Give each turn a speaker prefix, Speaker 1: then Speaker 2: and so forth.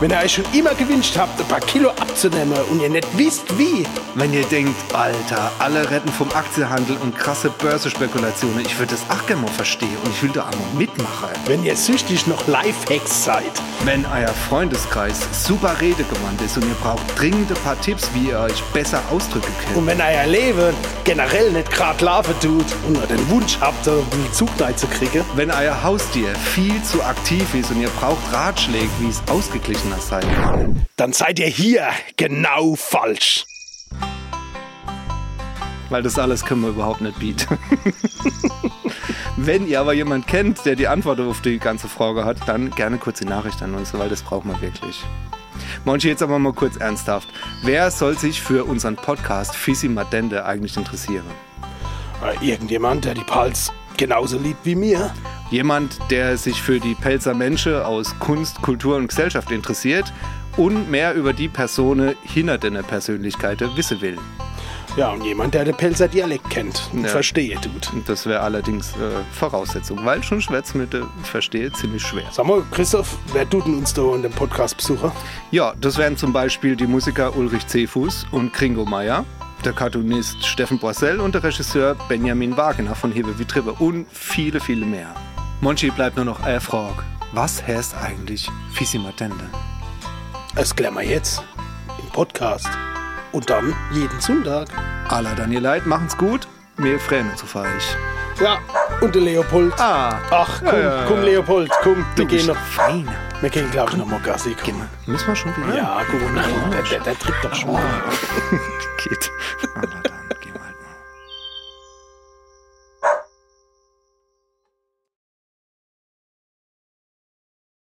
Speaker 1: Wenn ihr euch schon immer gewünscht habt, ein paar Kilo abzunehmen und ihr nicht wisst wie.
Speaker 2: Wenn ihr denkt, Alter, alle retten vom Aktienhandel und krasse Börsenspekulationen, ich würde das auch gerne mal verstehen und ich will da einmal mitmachen.
Speaker 1: Wenn ihr süchtig noch Lifehacks seid.
Speaker 2: Wenn euer Freundeskreis super redegewandt ist und ihr braucht dringend ein paar Tipps, wie ihr euch besser ausdrücken könnt.
Speaker 1: Und wenn euer Leben generell nicht gerade Larve tut und ihr den Wunsch habt, einen Zug zu kriegen.
Speaker 2: Wenn euer Haustier viel zu aktiv ist und ihr braucht Ratschläge, wie es ausgeglichener sein kann.
Speaker 1: Dann seid ihr hier genau falsch.
Speaker 2: Weil das alles können wir überhaupt nicht bieten. Wenn ihr aber jemand kennt, der die Antwort auf die ganze Frage hat, dann gerne kurz die Nachricht an uns, weil das brauchen wir wirklich. Monchi, jetzt aber mal kurz ernsthaft. Wer soll sich für unseren Podcast Fisi Madende eigentlich interessieren?
Speaker 1: Irgendjemand, der die Pals genauso liebt wie mir.
Speaker 2: Jemand, der sich für die Pelzer Menschen aus Kunst, Kultur und Gesellschaft interessiert und mehr über die Personen hinter deiner Persönlichkeit wissen will.
Speaker 1: Ja, und jemand, der den Pelzer Dialekt kennt und
Speaker 2: Ja.
Speaker 1: verstehe tut.
Speaker 2: Und Das wäre allerdings äh, Voraussetzung, weil schon Schwätzmitte verstehe ziemlich schwer.
Speaker 1: Sag mal, Christoph, wer tut denn uns da in dem Podcast besuchen?
Speaker 2: Ja, das wären zum Beispiel die Musiker Ulrich Cefuß und Kringo Meyer, der Cartoonist Steffen Boissel und der Regisseur Benjamin Wagner von Hebe wie Tribbe und viele, viele mehr. Monchi bleibt nur noch eine Frage. Was heißt eigentlich Fisimatende?
Speaker 1: Das klären wir jetzt im Podcast. Und dann jeden Sonntag.
Speaker 2: Alla Daniel Leid, machen's gut. Mir freuen uns auf euch.
Speaker 1: Ja, und der Leopold.
Speaker 2: Ah.
Speaker 1: Ach, komm,
Speaker 2: Ja, ja, ja.
Speaker 1: komm, Leopold, komm. Wir gehen,
Speaker 2: bist
Speaker 1: noch,
Speaker 2: fein.
Speaker 1: wir gehen, glaube ich, noch mal Gassi. Komm.
Speaker 2: Genau. Müssen wir schon wieder?
Speaker 1: Ja, gut, nein, der, der, der tritt doch schon.
Speaker 2: Geht. Alla Daniel. halt